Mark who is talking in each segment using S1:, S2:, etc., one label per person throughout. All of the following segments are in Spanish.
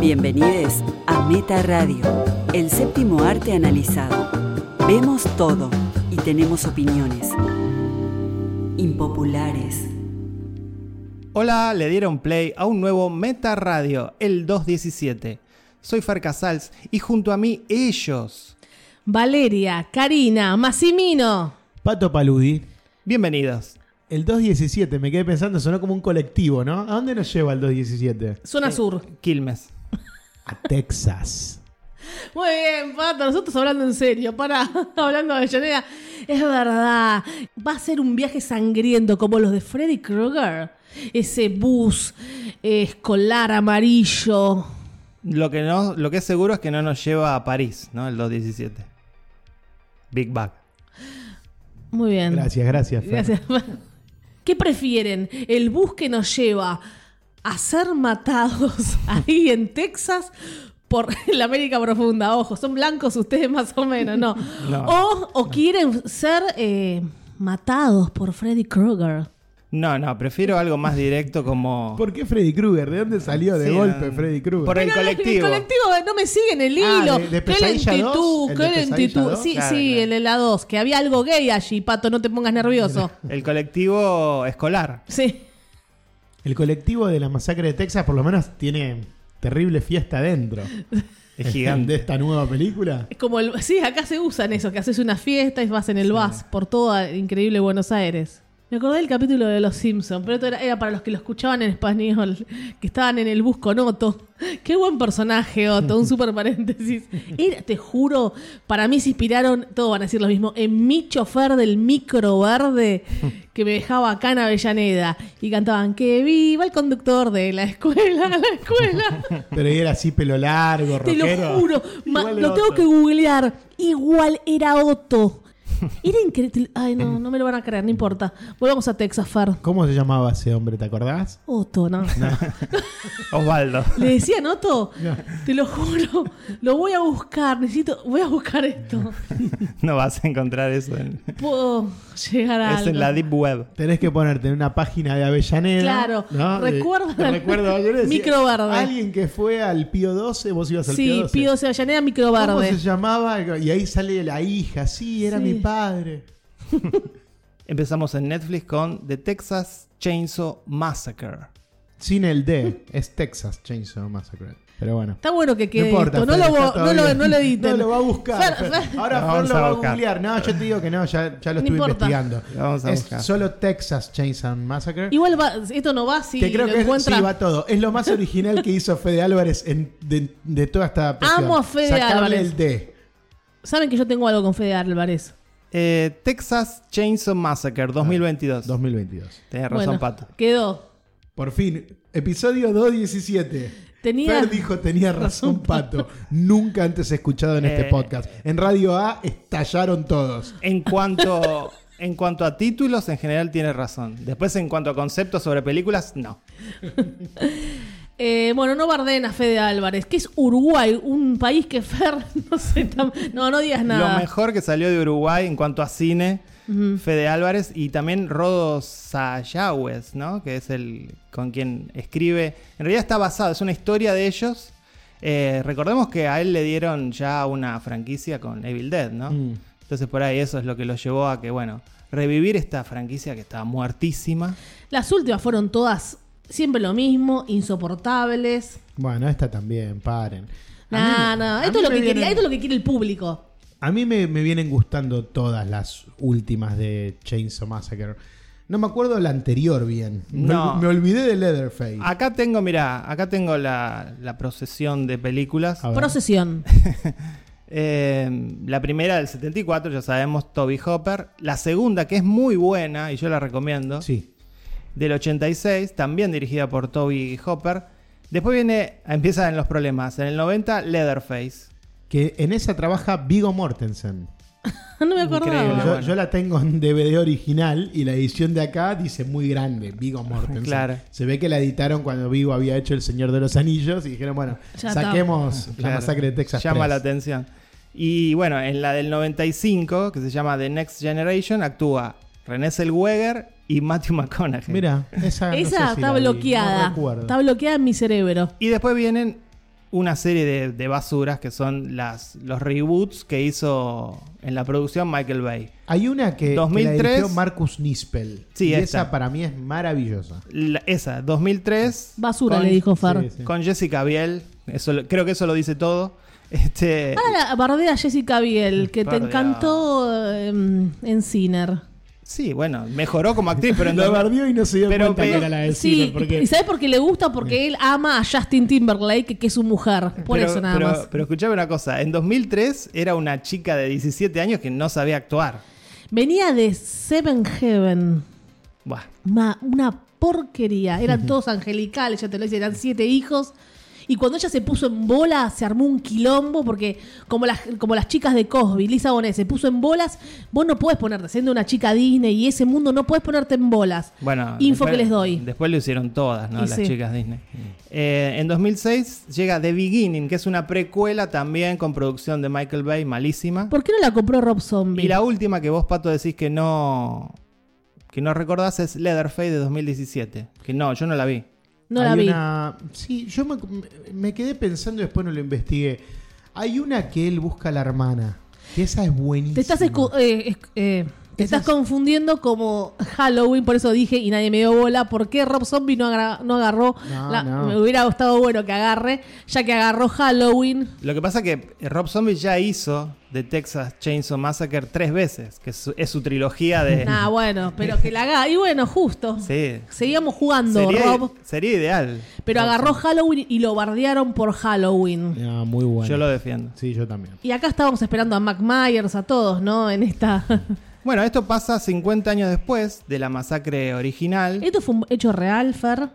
S1: Bienvenidos a Meta Radio, el séptimo arte analizado. Vemos todo y tenemos opiniones impopulares.
S2: Hola, le dieron play a un nuevo Meta Radio, el 217. Soy Fer Casals y junto a mí ellos.
S3: Valeria, Karina, Massimino.
S4: Pato Paludi,
S2: Bienvenidos.
S4: el 217, me quedé pensando, sonó como un colectivo, ¿no? ¿A dónde nos lleva el 217?
S3: Zona Sur.
S2: Quilmes.
S4: A Texas.
S3: Muy bien, Pato. Nosotros hablando en serio. Para, hablando de Avellaneda. Es verdad. Va a ser un viaje sangriento como los de Freddy Krueger. Ese bus eh, escolar amarillo.
S2: Lo que, no, lo que es seguro es que no nos lleva a París, ¿no? El 217. Big Bang.
S3: Muy bien.
S4: Gracias, gracias. Fer.
S3: Gracias. ¿Qué prefieren? ¿El bus que nos lleva a ser matados ahí en Texas por la América Profunda? Ojo, son blancos ustedes más o menos, ¿no?
S2: No.
S3: o, o quieren ser eh, matados por Freddy Krueger.
S2: No, no, prefiero algo más directo como.
S4: ¿Por qué Freddy Krueger? ¿De dónde salió de
S2: Sí,
S4: golpe
S2: no.
S4: Freddy Krueger?
S2: Por el
S3: Pero
S2: colectivo.
S3: El colectivo eh, no me siguen el
S4: Ah,
S3: hilo.
S4: de- de
S3: qué
S4: Pesadilla
S3: lentitud,
S4: 2, el de
S3: qué
S4: Pesadilla
S3: lentitud.
S4: 2.
S3: Sí,
S2: Claro,
S3: sí,
S2: claro.
S3: el de la 2, que había algo gay allí, Pato, no te pongas nervioso.
S2: El colectivo escolar.
S3: Sí.
S4: El colectivo de la masacre de Texas por lo menos tiene terrible fiesta adentro.
S2: Es
S4: De
S2: gigante.
S4: esta nueva película.
S3: Es como el, sí, acá se usan eso, que haces una fiesta y vas en el bus por toda increíble Buenos Aires. Me acordé del capítulo de Los Simpsons, pero esto era, era para los que lo escuchaban en español, que estaban en el bus con Otto. Qué buen personaje, Otto, un super paréntesis. Era- te juro, para mí se inspiraron, todos van a decir lo mismo, en mi chofer del micro verde que me dejaba acá en Avellaneda. Y cantaban, que viva el conductor de la escuela, la escuela.
S4: Pero era así pelo largo,
S3: Te
S4: rockero.
S3: lo juro, ma-
S4: Igual de
S3: lo tengo
S4: otro.
S3: que googlear. Igual era Otto. Era increíble. Ay, no, no me lo van a creer, no importa. Volvamos a Texas, Fer.
S4: ¿Cómo se llamaba ese hombre, te acordás?
S3: Otto, no.
S2: Osvaldo.
S3: Le decían Otto, te lo juro, lo voy a buscar, necesito, voy a buscar esto.
S2: No vas a encontrar eso. En...
S3: Puedo llegar a
S2: Es en
S3: algo.
S2: la Deep Web.
S4: Tenés que ponerte en una página de Avellaneda.
S3: Claro.
S4: ¿no? De-
S3: Recuerda-
S4: te recuerdo, yo le decía,
S3: Micro verde.
S4: Alguien que fue al Pío 12, vos ibas al Pío
S3: Sí,
S4: 12.
S3: Pío Seballaneda, micro
S4: ¿Cómo se
S3: verde.
S4: llamaba? Y ahí sale la hija. Sí, era
S3: Sí.
S4: mi padre.
S2: Empezamos en Netflix con The Texas Chainsaw Massacre.
S4: Sin el D. Es Texas Chainsaw Massacre. Pero bueno.
S3: Está bueno que quede
S4: no importa.
S3: esto, no,
S4: Fer,
S3: lo,
S4: está
S3: vo- no,
S4: todavía.
S3: lo, no lo editen.
S4: No lo va a buscar.
S3: Fer,
S4: Fer.
S3: Fer.
S4: Ahora
S2: Lo
S4: Fer
S2: vamos
S4: lo
S2: a
S4: va a
S2: buscar.
S4: googlear. No, yo te digo que no. Ya, ya lo
S3: No
S4: estuve
S3: importa.
S4: investigando.
S2: Lo vamos a
S4: es
S2: buscar.
S4: solo Texas Chainsaw Massacre.
S3: Igual va- esto no va si
S4: que creo
S3: lo
S4: que es-
S3: encuentran.
S4: sí, va todo. Es lo más original que hizo Fede Álvarez en- de, de toda esta adaptación.
S3: Amo a Fede
S4: Sacarle
S3: Álvarez.
S4: el D.
S3: Saben que yo tengo algo con Fede Álvarez.
S2: Eh, Texas Chainsaw Massacre 2022.
S4: 2022.
S2: Tenés razón,
S3: Bueno,
S2: Pato.
S3: Quedó.
S4: Por fin, episodio 217.
S3: Tenía-
S4: Fer dijo tenía razón, Pato. Nunca antes escuchado en este
S2: Eh.
S4: podcast. En Radio A estallaron todos.
S2: En cuanto, en cuanto a títulos, en general tienes razón. Después, en cuanto a conceptos sobre películas, no.
S3: Eh, bueno, no barden a Fede Álvarez, que es Uruguay, un país que Fer, no sé, tam- no, no digas nada.
S2: Lo mejor que salió de Uruguay en cuanto a cine, Fede Álvarez y también Rodo Sayagüez, ¿no? Que es el con quien escribe. En realidad está basado, es una historia de ellos. Eh, recordemos que a él le dieron ya una franquicia con Evil Dead, ¿no?
S4: Mm.
S2: Entonces por ahí eso es lo que lo llevó a que, bueno, revivir esta franquicia que estaba muertísima.
S3: Las últimas fueron todas siempre lo mismo, insoportables.
S4: Bueno, esta también, paren. A mí
S3: Nah, no,
S4: me- a
S3: esto
S4: mí
S3: es lo
S4: me
S3: que
S4: vienen-
S3: quería, esto es lo que quiere el público.
S4: A mí me, me vienen gustando todas las últimas de Chainsaw Massacre. No me acuerdo la anterior bien. Me
S2: No.
S4: ol- Me, olvidé de Leatherface.
S3: Ah,
S2: Acá tengo, mirá, acá tengo la, la procesión de películas.
S4: A ver.
S3: Procesión.
S2: Eh, la primera del 74, ya sabemos, Toby Hopper. La segunda, que es muy buena y yo la recomiendo,
S4: Sí.
S2: del 86, también dirigida por Toby Hopper. Después viene, empiezan los problemas. En el 90, Leatherface.
S4: Que en esa trabaja Vigo Mortensen.
S3: no me
S2: Increíble.
S3: acordaba.
S4: Yo,
S2: Ah, bueno.
S4: yo la tengo en DVD original y la edición de acá dice muy grande, Vigo Mortensen.
S2: Claro.
S4: Se ve que la editaron cuando Vigo había hecho El Señor de los Anillos y dijeron, bueno,
S3: Ya está.
S4: saquemos
S2: Claro.
S4: la masacre de Texas.
S2: Llama
S4: 3.
S2: la atención. Y bueno, en la del 95, que se llama The Next Generation, actúa René Zellweger y Matthew McConaughey.
S4: Mira, esa, no sé
S3: Esa
S4: si
S3: está
S4: la vi, no
S3: bloqueada.
S4: recuerdo.
S3: está bloqueada en mi cerebro.
S2: Y después vienen una serie de, de basuras que son las, los reboots que hizo en la producción Michael Bay.
S4: Hay una que, que la
S2: 2003.
S4: dirigió Marcus Nispel.
S2: Sí,
S4: y
S2: esta.
S4: esa para mí es maravillosa.
S2: La- esa, 2003.
S3: Basura,
S2: con-
S3: le dijo Fer.
S4: Sí, sí.
S2: Con Jessica Biel. Eso, lo- creo que eso lo dice todo. Este,
S3: Ahora Ah, la bardea Jessica Biel, que te
S2: Bardea.
S3: encantó eh, en Ciner.
S2: sí, bueno, mejoró como actriz, pero en
S4: Lo
S2: dos-
S4: barbió y no se dio
S2: Pero
S4: cuenta
S2: pe-
S4: que era la de
S3: Sí,
S4: Cine, porque
S3: y ¿sabes por qué le gusta? Porque él ama a Justin Timberlake, que, que es su mujer. Por
S2: pero-
S3: eso nada
S2: pero-
S3: más.
S2: Pero escuchame una cosa. En 2003 era una chica de 17 años que no sabía actuar.
S3: Venía de Seven Heaven.
S2: Buah.
S3: Ma- una porquería. Eran todos angelicales, ya te lo dije, eran siete hijos. Y cuando ella se puso en bola, se armó un quilombo, porque como las, como las chicas de Cosby, Lisa Bonet, se puso en bolas, vos no puedes ponerte, siendo una chica Disney y ese mundo, no puedes ponerte en bolas.
S2: Bueno,
S3: Info
S2: después-
S3: que les doy.
S2: Después lo hicieron todas, ¿no?
S3: Y
S2: Las
S3: sí.
S2: chicas Disney. Eh, en 2006 llega The Beginning, que es una precuela también con producción de Michael Bay, malísima.
S3: ¿Por qué no la compró Rob Zombie?
S2: Y la última que vos, Pato, decís que no que no recordás es Leatherface de 2017. Que no, yo no la vi.
S3: no
S4: hay
S3: la vi.
S4: una- Sí, yo me, me quedé pensando y después no lo investigué. Hay una que él busca a la hermana. Que esa es buenísima.
S3: Te estás, escu- eh, es- eh, te
S4: Esa
S3: estás
S4: es-
S3: confundiendo como Halloween, por eso dije y nadie me dio bola. ¿Por qué Rob Zombie no, agra- no agarró?
S4: No,
S3: la-
S4: no.
S3: Me hubiera gustado bueno que agarre, ya que agarró Halloween.
S2: Lo que pasa que Rob Zombie ya hizo de Texas Chainsaw Massacre tres veces, que es su, es su trilogía de...
S3: Nah, bueno, pero que la haga. Y bueno, justo.
S2: Sí.
S3: Seguíamos jugando,
S2: Sería,
S3: Rob.
S2: sería ideal.
S3: Pero agarró Halloween y lo bardearon por Halloween.
S4: Ah, muy buena.
S2: Yo lo defiendo.
S4: Sí, yo también.
S3: Y acá estábamos esperando a Mac Myers, a todos, ¿no? En esta.
S2: Bueno, esto pasa 50 años después de la masacre original.
S3: Esto fue un hecho real, Fer.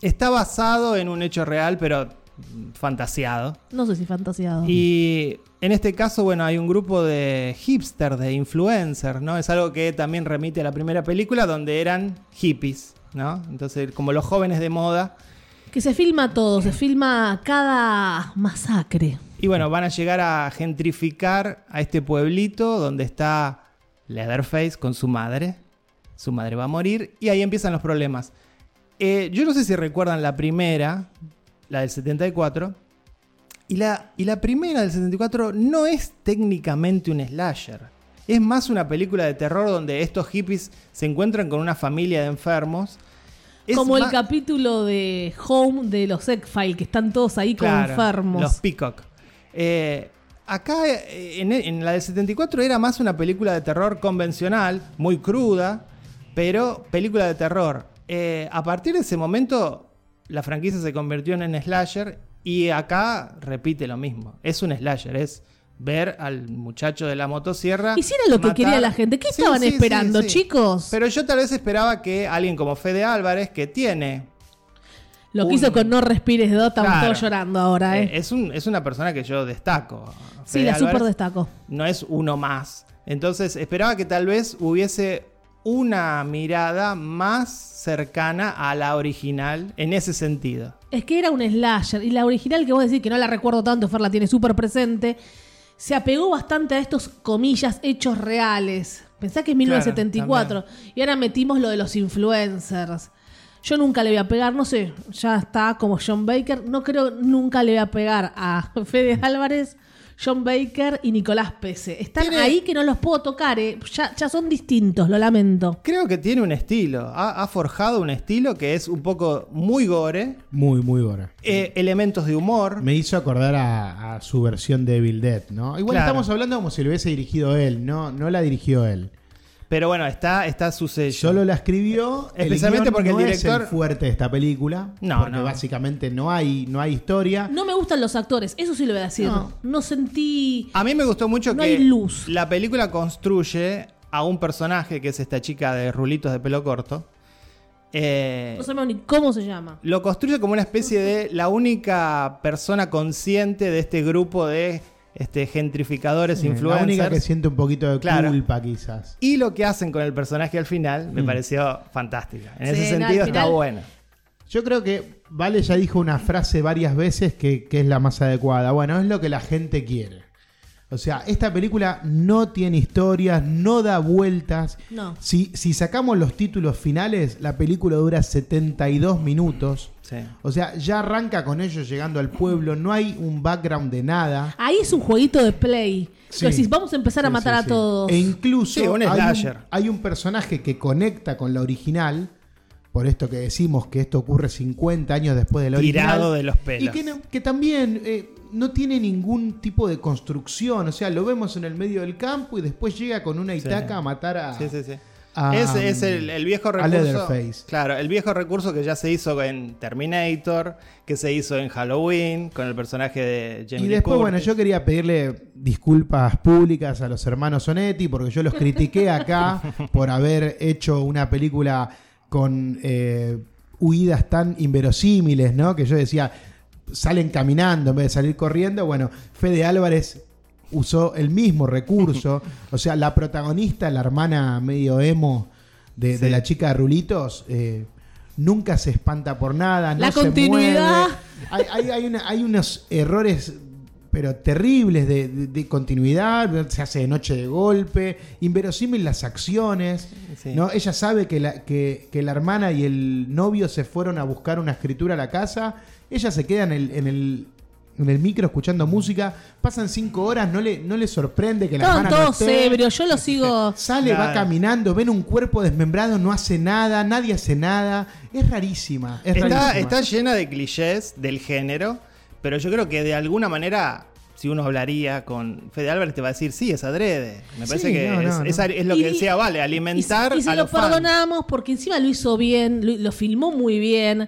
S2: Está basado en un hecho real, pero mm, fantasiado.
S3: No sé si fantaseado.
S2: Y en este caso, bueno, hay un grupo de hipsters, de influencers, ¿no? Es algo que también remite a la primera película, donde eran hippies, ¿no? Entonces, como los jóvenes de moda.
S3: Que se filma todo, se filma cada masacre.
S2: Y bueno, van a llegar a gentrificar a este pueblito donde está Leatherface con su madre. Su madre va a morir y ahí empiezan los problemas. Eh, yo no sé si recuerdan la primera, la del 74. Y la, y la primera del 74 no es técnicamente un slasher. Es más una película de terror donde estos hippies se encuentran con una familia de enfermos. Es
S3: Como el
S2: ma-
S3: capítulo de Home de los X-Files, que están todos ahí como
S2: Claro,
S3: enfermos.
S2: Los Peacock. Eh, acá, eh, en, en la del 74, era más una película de terror convencional, muy cruda, pero película de terror. Eh, a partir de ese momento, la franquicia se convirtió en un slasher y acá repite lo mismo. Es un slasher, es ver al muchacho de la motosierra.
S3: Y si era lo que
S2: matar-
S3: quería la gente, ¿qué estaban esperando, chicos?
S2: Pero yo tal vez esperaba que alguien como Fede Álvarez, que tiene
S3: Lo que hizo
S2: un-
S3: con No Respires Do, estamos
S2: Claro.
S3: todos llorando ahora, ¿eh?
S2: Eh, es, un- es una persona que yo destaco.
S3: sí,
S2: Fede
S3: la
S2: Álvarez
S3: super destaco.
S2: No es uno más. Entonces esperaba que tal vez hubiese una mirada más cercana a la original en ese sentido.
S3: Es que era un slasher. Y la original que vos decís, que no la recuerdo tanto, Fer la tiene súper presente, se apegó bastante a estos, comillas, hechos reales. Pensá que es 1974. y ahora metimos lo de los influencers. Yo nunca le voy a pegar, no sé, ya está como John Baker. No creo, nunca le voy a pegar a Fede Álvarez, John Baker y Nicolás Pese. Están
S2: Tiene-
S3: ahí que no los puedo tocar, ¿eh? Ya, ya son distintos, lo lamento.
S2: Creo que tiene un estilo. Ha, ha forjado un estilo que es un poco muy gore.
S4: Muy, muy buena.
S2: eh, elementos de humor.
S4: Me hizo acordar a, a su versión de Evil Dead, ¿no? Igual
S2: Claro.
S4: estamos hablando como si lo hubiese dirigido él, no, no la dirigió él.
S2: Pero bueno, está, está su sello.
S4: Solo la escribió.
S2: Especialmente
S4: guión
S2: porque el
S4: no es
S2: director-
S4: fuerte de esta película.
S2: No,
S4: porque
S2: no.
S4: básicamente no hay, no hay historia.
S3: No me gustan los actores, eso sí lo voy a decir. No, sentí.
S2: A mí me gustó mucho
S3: No
S2: que
S3: hay luz.
S2: la película construye a un personaje que es esta chica de rulitos de pelo corto. Eh,
S3: No sabemos ni cómo se llama.
S2: lo construye como una especie de la única persona consciente de este grupo de este, gentrificadores,
S4: Eh, La
S2: influencers.
S4: única que siente un poquito de
S2: Claro.
S4: culpa, quizás.
S2: Y lo que hacen con el personaje al final
S4: Mm.
S2: me pareció fantástica. En
S3: Sí,
S2: ese
S3: no, al
S2: sentido está
S3: final-
S2: bueno.
S4: Yo creo que Vale ya dijo una frase varias veces que, que es la más adecuada. Bueno, es lo que la gente quiere. O sea, esta película no tiene historias, no da vueltas.
S3: No.
S4: Si, si sacamos los títulos finales, la película dura 72 minutos.
S2: Sí.
S4: O sea, ya arranca con ellos llegando al pueblo, no hay un background de nada.
S3: Ahí es un jueguito de play.
S4: Sí.
S3: Que decís, vamos a empezar a
S4: Sí,
S3: matar
S4: sí,
S3: a
S4: sí.
S3: todos.
S4: E incluso
S2: Sí, un
S4: hay, un,
S2: slasher.
S4: hay un personaje que conecta con la original, por esto que decimos que esto ocurre 50 años después de la original.
S2: Tirado de los pelos.
S4: Y que, no- que también eh, no tiene ningún tipo de construcción, o sea, lo vemos en el medio del campo y después llega con una itaca a matar a...
S2: Sí, sí, sí.
S4: a-
S2: Ese es el, el viejo
S4: a
S2: recurso.
S4: Leatherface.
S2: Claro, el viejo recurso que ya se hizo en Terminator, que se hizo en Halloween, con el personaje de Jamie
S4: Y
S2: Lee
S4: después, bueno,
S2: Curtis.
S4: yo quería pedirle disculpas públicas a los hermanos Sonetti porque yo los critiqué acá por haber hecho una película con eh, huidas tan inverosímiles, ¿no? Que yo decía, salen caminando en vez de salir corriendo. Bueno, Fede Álvarez usó el mismo recurso. O sea, la protagonista, la hermana medio emo de, de
S2: Sí.
S4: la chica de Rulitos, eh, nunca se espanta por nada.
S3: La
S4: no se
S3: continuidad.
S4: mueve. Hay, hay- hay una- hay unos errores, pero terribles, de, de- de continuidad. Se hace de noche de golpe. Inverosímil las acciones.
S2: Sí.
S4: ¿no? Ella sabe que la, que, que la hermana y el novio se fueron a buscar una escritura a la casa. Ella se queda en el. en el- en el micro escuchando música, pasan cinco horas, no le, no le sorprende que la
S3: Estaban
S4: hermana no
S3: todos
S4: esté.
S3: ebrios, yo los sigo.
S4: Sale, va
S2: Claro.
S4: caminando, ven un cuerpo desmembrado, no hace nada, nadie hace nada. Es rarísima. Es
S2: Está,
S4: rarísima.
S2: está llena de clichés del género, pero yo creo que de alguna manera, si uno hablaría con Fede Álvarez, te va a decir, sí, es adrede. Me parece
S4: Sí,
S2: que
S4: no,
S2: es,
S4: no, no.
S2: es- es lo que
S3: Y-
S2: decía Vale, alimentar
S3: y, y se
S2: a
S3: lo
S2: los fans.
S3: perdonamos porque encima lo hizo bien, lo, lo filmó muy bien.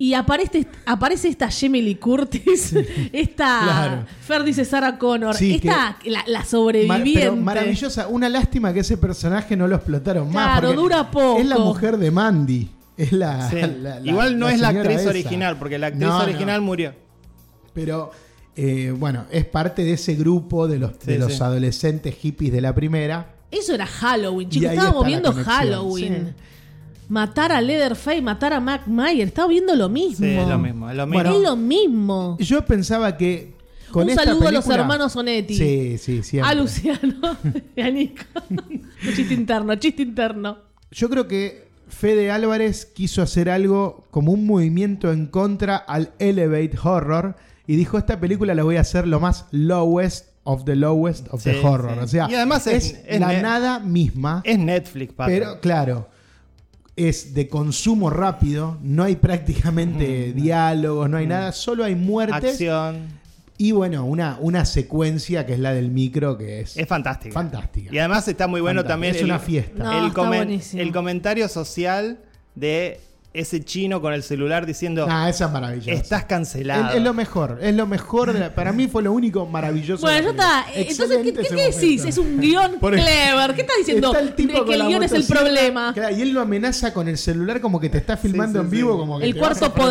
S3: Y aparece, aparece esta Gemily Curtis, esta
S4: Claro.
S3: Fer dice Sarah Connor,
S4: Sí,
S3: esta la, la
S4: Mar-
S3: sobreviviente.
S4: pero maravillosa. Una lástima que ese personaje no lo explotaron más.
S3: Claro,
S4: porque
S3: dura poco.
S4: Es la mujer de Mandy. Es la.
S2: Sí.
S4: la- la-
S2: Igual no es la
S4: señora
S2: actriz
S4: esa.
S2: original, porque la actriz
S4: No, no.
S2: original murió.
S4: Pero eh, bueno, es parte de ese grupo de los, de
S2: Sí,
S4: los
S2: sí.
S4: adolescentes hippies de la primera.
S3: Eso era Halloween,
S4: Y
S3: chicos.
S4: ahí
S3: Estábamos
S4: está la
S3: viendo
S4: conexión,
S3: Halloween. Matar a Leatherface, matar a Mac Mayer. Estaba viendo lo
S2: Sí,
S3: mismo.
S2: es lo mismo, es lo mismo.
S3: Bueno, es lo mismo.
S4: Yo pensaba que. Con
S3: Un
S4: esta
S3: saludo a los
S4: película-
S3: hermanos Onetti.
S4: Sí, sí, siempre.
S3: A Luciano y a Nico. chiste interno, chiste interno.
S4: Yo creo que Fede Álvarez quiso hacer algo como un movimiento en contra al Elevate Horror y dijo, esta película la voy a hacer lo más lowest of the lowest of
S2: Sí,
S4: the horror.
S2: sí.
S4: O sea,
S2: Y además es- es
S4: la
S2: ne-
S4: nada misma,
S2: Es Netflix, papi.
S4: pero claro, es de consumo rápido, no hay prácticamente diálogos, no hay nada, solo hay muertes
S2: Mm, Acción.
S4: y bueno, una, una secuencia que es la del micro que es,
S2: Es fantástica.
S4: fantástica.
S2: Y además está muy bueno
S4: Fantástica.
S2: también.
S4: Es una fiesta.
S3: No,
S2: el,
S3: está
S2: comen-
S3: buenísimo.
S2: el comentario social de ese chino con el celular diciendo:
S4: Ah, esa es maravillosa.
S2: Estás cancelado.
S4: Es, es lo mejor, es lo mejor. de la- para mí fue lo único maravilloso. de
S3: Bueno,
S4: la
S3: ya está. Eh,
S4: película.
S3: Entonces, ¿qué,
S4: Excelente
S3: qué-
S4: ese
S3: qué decís?
S4: momento.
S3: Es un guión
S4: Por-
S3: clever. ¿Qué estás diciendo?
S4: Está el tipo
S3: De
S4: con
S3: que el
S4: la
S3: guión es el
S4: motosierra,
S3: problema.
S4: claro, y él lo amenaza con el celular como que te está filmando
S2: sí,
S4: en vivo.
S2: sí.
S4: Como que
S3: El
S4: te vas a
S3: cuarto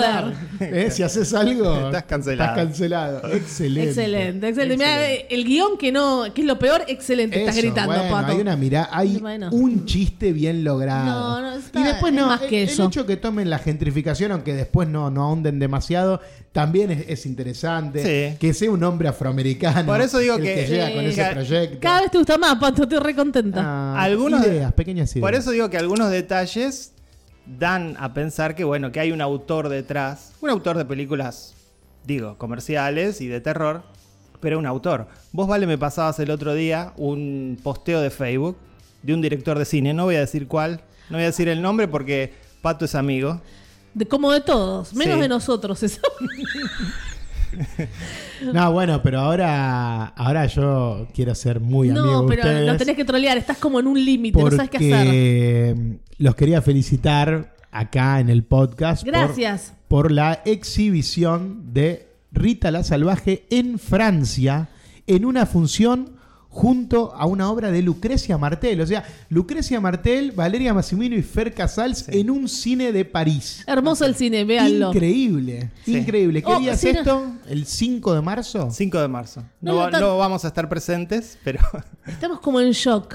S4: frenar. ¿Eh? Si haces algo,
S2: Estás cancelado.
S4: Estás cancelado. Excelente.
S3: Excelente, excelente. Mirá, eh, el guión que no, que es lo peor, excelente. Estás
S4: Eso,
S3: gritando,
S4: bueno,
S3: pato.
S4: Hay una mirá, hay
S3: Bueno.
S4: un chiste bien logrado.
S3: No, no, está-
S4: y después
S3: es
S4: no,
S3: más
S4: el-
S3: que
S4: el,
S3: eso.
S4: hecho que tomen la gentrificación, aunque después no, no ahonden demasiado, también es, es interesante.
S2: Sí.
S4: Que sea un hombre afroamericano.
S2: Por eso digo
S4: el
S2: que-
S4: llega
S3: Sí.
S4: con ese
S2: Ca-
S4: proyecto.
S3: Cada vez te gusta más, pato. Estoy recontenta.
S4: Ah,
S2: Algunos de-
S4: ideas, pequeñas ideas.
S2: Por eso digo que algunos detalles dan a pensar que, bueno, que hay un autor detrás. Un autor de películas, digo, comerciales y de terror, pero un autor. Vos, Vale, me pasabas el otro día un posteo de Facebook de un director de cine. No voy a decir cuál, no voy a decir el nombre porque Pato es amigo.
S3: De- como de todos, menos
S2: Sí.
S3: de nosotros. eso.
S4: No, bueno, pero ahora, ahora yo quiero ser muy amigo
S3: No,
S4: de
S3: pero
S4: ustedes.
S3: lo tenés que trolear. Estás como en un límite, no
S4: porque
S3: sabes qué hacer.
S4: los quería felicitar acá en el podcast. por-
S3: Gracias.
S4: Por, la exhibición de Rita la Salvaje en Francia en una función junto a una obra de Lucrecia Martel. O sea, Lucrecia Martel, Valeria Massimino y Fer Casals en un cine de París.
S3: Hermoso el cine, véanlo.
S4: Increíble,
S2: Sí.
S4: increíble. ¿Qué
S3: Oh,
S4: día es
S3: sí, no-
S4: esto? ¿El 5 de marzo?
S2: 5 de marzo. No,
S3: No,
S2: va-
S3: no, tan-
S2: no vamos a estar presentes, pero
S3: Estamos como en shock.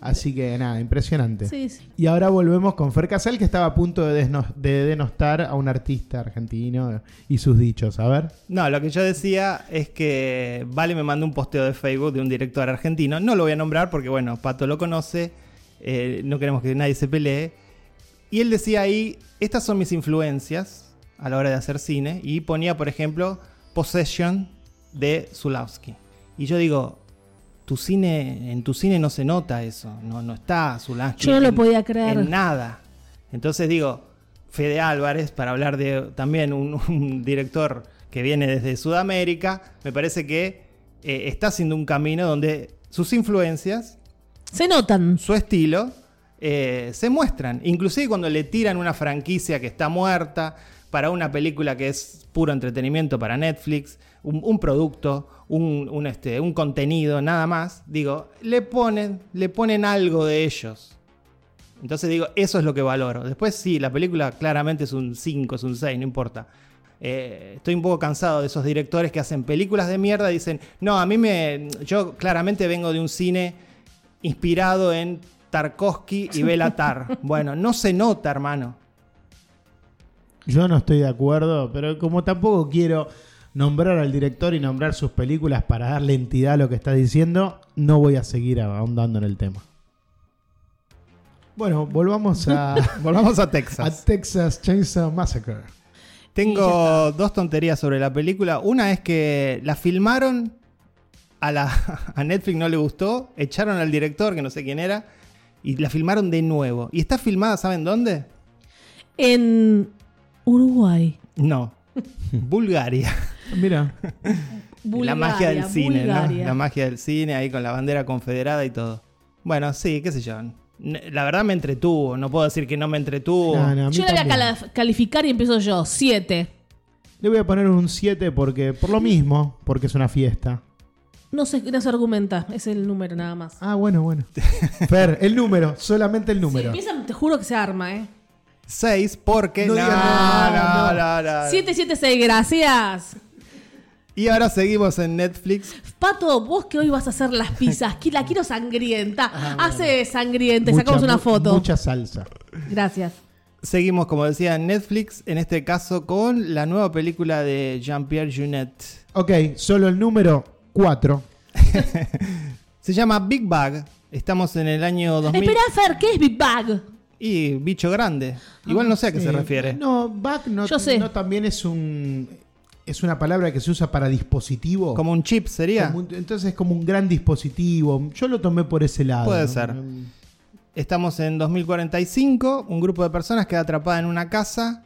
S4: Así que nada, impresionante.
S3: Sí, sí.
S4: Y ahora volvemos con Fer Casal, que estaba a punto de, desno- de denostar a un artista argentino y sus dichos. A ver.
S2: No, lo que yo decía es que Vale me mandó un posteo de Facebook de un director argentino. No lo voy a nombrar porque, bueno, Pato lo conoce. eh, no queremos que nadie se pelee. Y él decía ahí, estas son mis influencias a la hora de hacer cine. Y ponía, por ejemplo, Possession de Zulawski. Y yo digo, tu cine, en tu cine no se nota eso. No, no está Zulawski.
S3: Yo no lo
S2: en-
S3: podía creer.
S2: en nada. Entonces digo, Fede Álvarez, para hablar de también un, un director que viene desde Sudamérica, me parece que eh, está haciendo un camino donde sus influencias,
S3: Se notan.
S2: su estilo, eh, se muestran. Inclusive cuando le tiran una franquicia que está muerta para una película que es puro entretenimiento para Netflix, un, un producto, un, un, este, un contenido, nada más, digo, le ponen, le ponen algo de ellos. Entonces digo, eso es lo que valoro. Después sí, la película claramente es un 5, es un 6, no importa. Eh, estoy un poco cansado de esos directores que hacen películas de mierda y dicen, no, a mí me... Yo claramente vengo de un cine inspirado en Tarkovsky y Belatar. bueno, no se nota, hermano.
S4: Yo no estoy de acuerdo, pero como tampoco quiero nombrar al director y nombrar sus películas para darle entidad a lo que está diciendo, no voy a seguir ahondando en el tema. Bueno, volvamos a,
S2: Volvamos a
S4: a
S2: Texas.
S4: Texas Chainsaw Massacre.
S2: Tengo dos tonterías sobre la película. Una es que la filmaron, a, la, a Netflix no le gustó, echaron al director, que no sé quién era, y la filmaron de nuevo. ¿Y está filmada, saben dónde?
S3: En Uruguay.
S2: No. Bulgaria.
S4: Mira,
S2: la magia del
S3: Bulgaria,
S2: cine,
S3: Bulgaria.
S2: ¿no? La magia del cine, ahí con la bandera confederada y todo. Bueno, sí, qué sé yo. N- La verdad me entretuvo, no puedo decir que no me entretuvo.
S4: No, no, a mí
S3: Yo la voy a
S4: también.
S3: cala- calificar y empiezo yo. Siete.
S4: le voy a poner un 7 porque por lo mismo, porque es una fiesta.
S3: No se, no se argumenta, es el número nada más.
S4: Ah, bueno, bueno. Fer, el número, solamente el
S3: Si
S4: número.
S3: empiezan, te juro que se arma, ¿eh?
S2: Seis, porque... No,
S4: No digas
S2: no,
S4: nada,
S2: no, no.
S3: 776, gracias.
S2: Y ahora seguimos en Netflix.
S3: Pato, vos que hoy vas a hacer las pizzas, que la quiero sangrienta. Hace sangrienta, y
S4: Mucha,
S3: sacamos una
S4: mu-
S3: foto.
S4: Mucha salsa.
S3: Gracias.
S2: Seguimos, como decía, en Netflix, en este caso con la nueva película de Jean-Pierre Junet.
S4: Ok, solo el número 4.
S2: Se llama Big Bag. Estamos en el año 2000.
S3: Espera, Fer, ¿qué es Big Bag?
S2: Y bicho grande. Igual no sé a qué se
S4: Eh,
S2: refiere.
S4: No, back no,
S3: Yo sé.
S4: no también es un es una palabra que se usa para dispositivo.
S2: Como un chip sería.
S4: Como un- entonces es como un gran dispositivo. Yo lo tomé por ese lado.
S2: Puede
S4: ¿no?
S2: ser. em, Estamos en 2045, un grupo de personas queda atrapada en una casa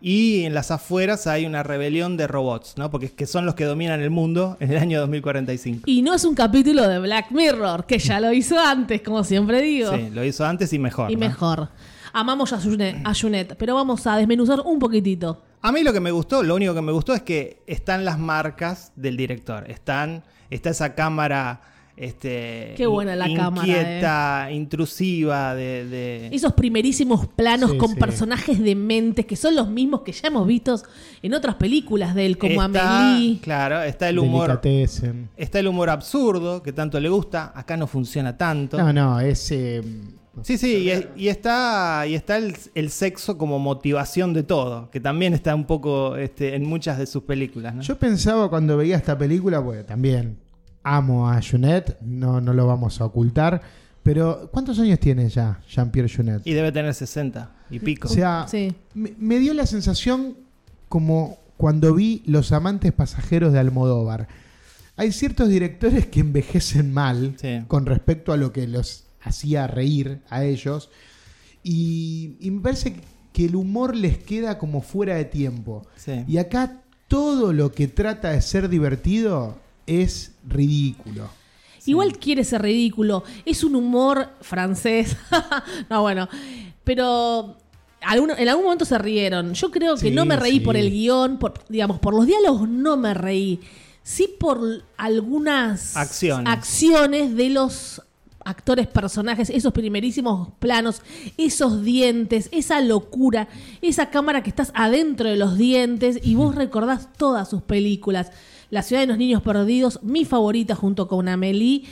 S2: y en las afueras hay una rebelión de robots, ¿no? Porque es que son los que dominan el mundo en el año 2045.
S3: Y no es un capítulo de Black Mirror, que ya lo hizo antes, como siempre digo.
S2: Sí, lo hizo antes y mejor.
S3: y
S2: ¿no?
S3: mejor. Amamos a Junet, a Junet, pero vamos a desmenuzar un poquitito.
S2: A mí lo que me gustó, lo único que me gustó es que están las marcas del director. Están, está esa cámara. Este,
S3: Qué buena la
S2: inquieta,
S3: cámara, ¿eh?
S2: intrusiva, de, de-
S3: Esos primerísimos planos
S4: Sí,
S3: con
S4: sí.
S3: personajes dementes que son los mismos que ya hemos visto en otras películas de él, como
S2: Está-
S3: Amélie.
S2: Claro, está el humor.
S4: Delicatessen.
S2: Está el humor absurdo que tanto le gusta. Acá no funciona tanto.
S4: No, no, eh, ese
S2: Sí, sí, y, y está, y está el, el sexo como motivación de todo, que también está un poco este, en muchas de sus películas. ¿no?
S4: Yo pensaba cuando veía esta película, porque también amo a Junet, no, no lo vamos a ocultar, pero ¿cuántos años tiene ya Jean-Pierre Junet?
S2: Y debe tener 60 y pico.
S4: O sea,
S3: Sí.
S4: me, me dio la sensación como cuando vi Los amantes pasajeros de Almodóvar. Hay ciertos directores que envejecen mal
S2: Sí.
S4: con respecto a lo que los hacía reír a ellos. Y, y me parece que el humor les queda como fuera de tiempo.
S2: Sí.
S4: Y acá todo lo que trata de ser divertido es ridículo.
S3: Igual quiere ser ridículo. Es un humor francés. no, bueno. Pero alguno- en algún momento se rieron. Yo creo que
S4: Sí,
S3: no me reí
S4: sí.
S3: por el guión, por, digamos, por los diálogos no me reí. Sí por algunas
S2: Acciones.
S3: acciones de los actores, personajes, esos primerísimos planos, esos dientes, esa locura, esa cámara que estás adentro de los dientes y vos recordás todas sus películas. La ciudad de los niños perdidos, mi favorita junto con Amelie.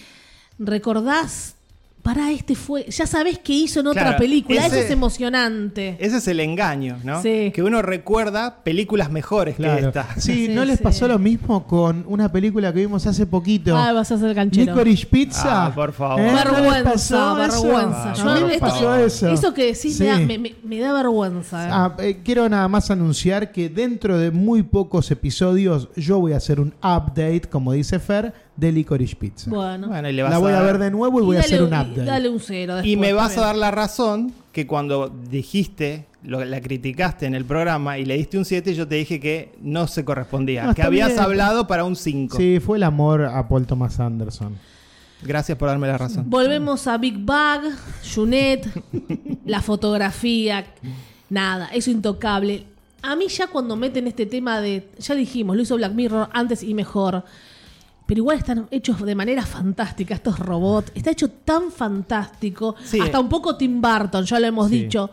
S3: Recordás Pará, este fue. Ya sabés que hizo en otra
S2: Claro,
S3: película. Eso
S2: ese-
S3: es emocionante.
S2: Ese es el engaño, ¿no?
S3: Sí.
S2: Que uno recuerda películas mejores que
S4: Claro.
S2: esta.
S4: Sí,
S3: Sí,
S4: ¿no les
S3: sí.
S4: pasó lo mismo con una película que vimos hace
S2: Este
S4: poquito?
S3: Ah, vas a ser canchero.
S4: Licorice Pizza. Eh,
S2: Ah, por favor.
S4: ¿No les
S3: Vergüenza,
S4: pasó eso?
S3: vergüenza.
S2: Yo
S4: ¿No
S2: no-
S4: les
S2: esto-
S4: pasó eso?
S3: Eso que decís
S4: Sí.
S3: me, da, me- me- me da vergüenza. eh.
S4: Ah, eh, quiero nada más anunciar que dentro de muy pocos episodios yo voy a hacer un update, como dice Fer, de Licorice Pizza.
S3: bueno.
S2: Bueno, y le vas
S4: La
S2: a
S4: voy a
S2: dar-
S4: ver de nuevo y voy
S3: Y
S4: a hacer
S3: dale-
S4: un update.
S3: Dale un cero.
S2: Y
S3: después
S2: me vas a
S3: también.
S2: dar la razón que cuando dijiste, lo- la criticaste en el programa y le diste un 7, yo te dije que no se correspondía.
S4: No,
S2: que
S4: está
S2: habías
S4: bien.
S2: hablado para un 5.
S4: Sí, fue el amor a Paul Thomas Anderson.
S2: Gracias por darme la razón.
S3: Volvemos a Big Bag, Junet, la fotografía, nada, eso intocable. A mí ya cuando meten este tema de, ya dijimos, lo hizo Black Mirror antes y mejor, pero igual están hechos de manera fantástica estos robots, está hecho tan fantástico,
S2: Sí.
S3: hasta un poco Tim Burton, ya lo hemos
S4: Sí.
S3: dicho.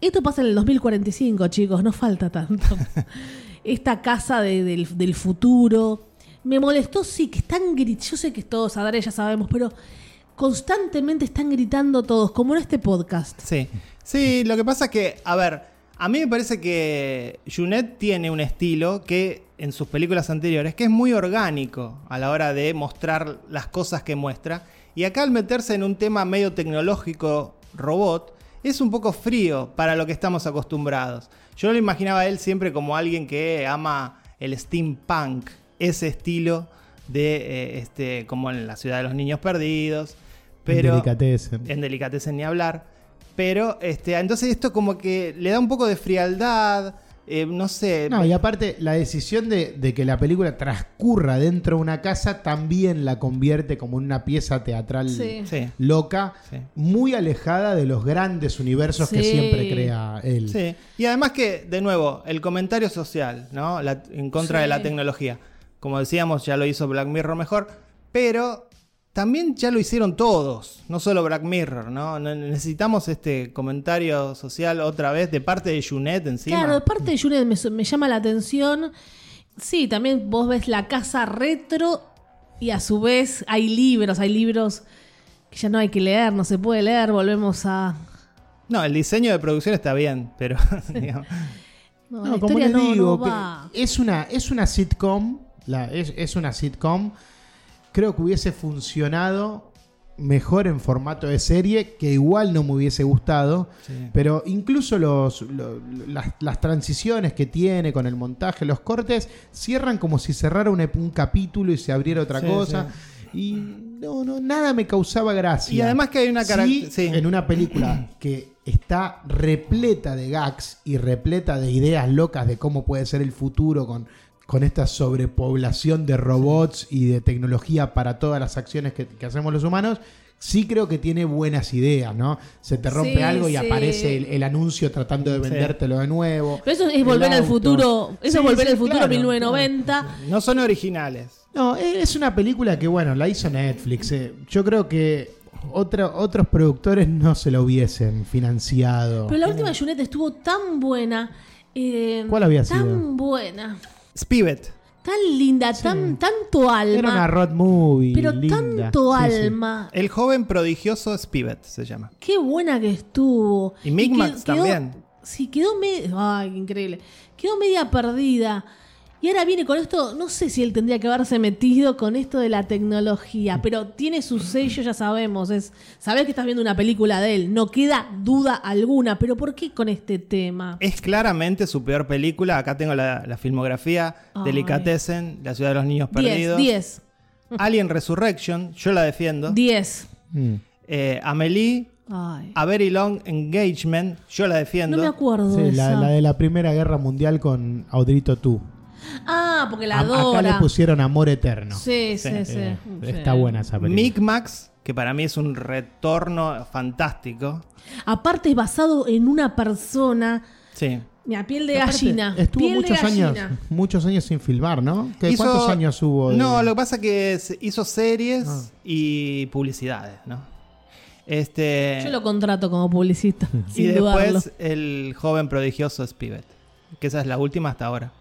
S3: Esto pasa en el 2045, chicos, no falta tanto. Esta casa de- del, del futuro. Me molestó, sí, que están gritando. Yo sé que todos, Adre, ya sabemos, pero constantemente están gritando todos, como en este podcast.
S2: Sí. Sí, lo que pasa es que, a ver, a mí me parece que Junet tiene un estilo que en sus películas anteriores, que es muy orgánico a la hora de mostrar las cosas que muestra. Y acá al meterse en un tema medio tecnológico robot, es un poco frío para lo que estamos acostumbrados. Yo lo imaginaba a él siempre como alguien que ama el steampunk, ese estilo de, eh, este, como en la ciudad de los niños perdidos. Pero, este
S4: Delicatessen.
S2: en Delicatessen ni hablar. Pero este, entonces esto como que le da un poco de frialdad, eh, no sé.
S4: No, y aparte, la decisión de, de que la película transcurra dentro de una casa también la convierte como en una pieza teatral
S3: Sí.
S2: Sí,
S4: loca,
S2: Sí.
S4: muy alejada de los grandes universos que
S3: Sí.
S4: siempre crea él.
S2: sí. Y además que, de nuevo, el comentario social, ¿no? La- en contra
S3: Sí.
S2: de la tecnología. Como decíamos, ya lo hizo Black Mirror mejor, pero también ya lo hicieron todos, no solo Black Mirror, ¿no? Ne- Necesitamos este comentario social otra vez de parte de Junet encima.
S3: Claro, de parte de Junet me, me llama la atención. Sí, también vos ves la casa retro y a su vez hay libros, hay libros que ya no hay que leer, no se puede leer, volvemos a...
S2: No, el diseño de producción está bien, pero... digamos,
S3: No, la
S4: No, como
S3: historia
S4: les
S3: no- no
S4: digo, que
S3: va.
S4: es, una, es una sitcom, la- es, es una sitcom, creo que hubiese funcionado mejor en formato de serie, que igual no me hubiese gustado,
S2: sí.
S4: pero incluso los, lo- las, las transiciones que tiene con el montaje, los cortes, cierran como si cerrara un, ep- un capítulo y se abriera otra
S2: Sí,
S4: cosa. Y no, no, nada me causaba gracia.
S2: Y además que hay una carac-
S4: Sí,
S2: sí.
S4: en una película que está repleta de gags y repleta de ideas locas de cómo puede ser el futuro con, con esta sobrepoblación de robots y de tecnología para todas las acciones que, que hacemos los humanos, sí creo que tiene buenas ideas, ¿no? Se te rompe
S3: Sí,
S4: algo y
S3: sí.
S4: aparece el, el anuncio tratando de vendértelo de nuevo.
S3: Pero eso es
S4: El
S3: volver al
S4: auto.
S3: futuro, eso
S4: Sí,
S3: es volver
S4: sí,
S3: al futuro
S4: claro,
S3: 1990.
S2: No son originales.
S4: No, e- es una película que, bueno, la hizo Netflix. eh. Yo creo que otra- otros productores no se la hubiesen financiado.
S3: Pero la última de Junet estuvo tan buena. eh,
S4: ¿Cuál había
S3: tan
S4: sido?
S3: buena.
S2: Spivet.
S3: Tan linda, tan, tanto alma.
S4: Era una road movie.
S3: pero
S4: linda.
S3: tanto
S4: Sí, sí.
S3: alma.
S2: El joven prodigioso Spivet se llama.
S3: Qué buena que estuvo.
S2: Y Micmacs
S3: que-
S2: también.
S3: Sí, quedó medio. Ay, increíble. Quedó media perdida. Y ahora viene con esto, no sé si él tendría que haberse metido con esto de la
S4: Mm.
S3: tecnología, pero tiene su sello, ya sabemos, es sabés que estás viendo una película de él, no queda duda alguna, pero ¿por qué con este tema?
S4: Eh,
S2: Es claramente su peor película. Acá tengo la, la filmografía.
S3: Ay.
S2: Delicatessen, La ciudad de los niños
S3: 10,
S2: perdidos.
S3: 10,
S2: Alien Resurrection, yo la defiendo.
S3: 10.
S4: Mm.
S2: Eh, Amelie,
S3: Ay.
S2: A Very Long Engagement, yo la defiendo.
S3: No me acuerdo de
S4: Sí, la,
S3: esa.
S4: la de la Primera Guerra Mundial con Audrito Tú.
S3: Ah, porque la
S4: A-
S3: adora.
S4: Acá le pusieron Amor Eterno.
S3: Sí, sí, sí.
S4: Eh,
S3: sí.
S4: Está buena esa película.
S2: Micmacs, que para mí es un retorno fantástico.
S3: Aparte es basado en una persona.
S2: Sí.
S3: Mira, piel de
S4: Aparte,
S3: gallina.
S4: Estuvo
S3: piel de
S4: muchos años,
S3: gallina.
S4: muchos años sin filmar, ¿no? ¿Qué-
S2: Hizo-
S4: ¿Cuántos años hubo? de-
S2: No, lo que pasa que se- hizo series
S4: Ah.
S2: y publicidades, ¿no? Este,
S3: Yo lo contrato como publicista.
S2: Y
S3: sin dudarlo.
S2: después el joven prodigioso Spivet. Que esa es la última hasta ahora.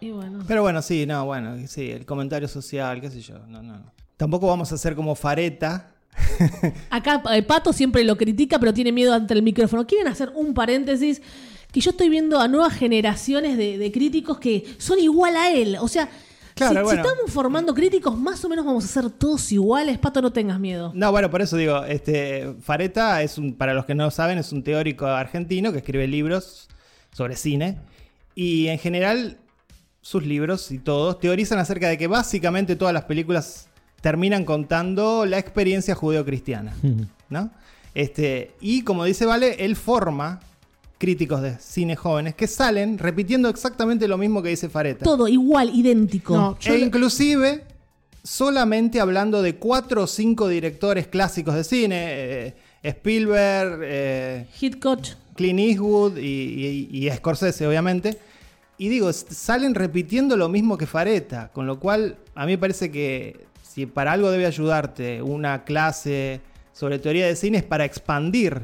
S3: Y bueno.
S2: Pero bueno, sí, no, bueno, sí, el comentario social, qué sé yo. No, no, no. Tampoco vamos a ser como Fareta,
S3: Acá eh, Pato siempre lo critica, pero tiene miedo ante el micrófono. ¿Quieren hacer un paréntesis? Que yo estoy viendo a nuevas generaciones de, de críticos que son igual a él. O sea,
S2: Claro,
S3: si, si
S2: bueno.
S3: estamos formando críticos, más o menos vamos a ser todos iguales. Pato, no tengas miedo.
S2: No, bueno, por eso digo, este Fareta es un, para los que no lo saben, es un teórico argentino que escribe libros sobre cine y en general sus libros y todos teorizan acerca de que básicamente todas las películas terminan contando la experiencia judeocristiana, ¿no? Este, y como dice Vale, él forma críticos de cine jóvenes que salen repitiendo exactamente lo mismo que dice Fareta.
S3: Todo igual, idéntico.
S4: No, yo
S2: E
S4: le-
S2: inclusive, solamente hablando de cuatro o cinco directores clásicos de cine, eh, Spielberg, eh,
S3: Hit coach.
S2: Clint Eastwood y, y- y Scorsese, obviamente. Y digo, s- salen repitiendo lo mismo que Fareta, con lo cual a mí me parece que si para algo debe ayudarte una clase sobre teoría de cine es para expandir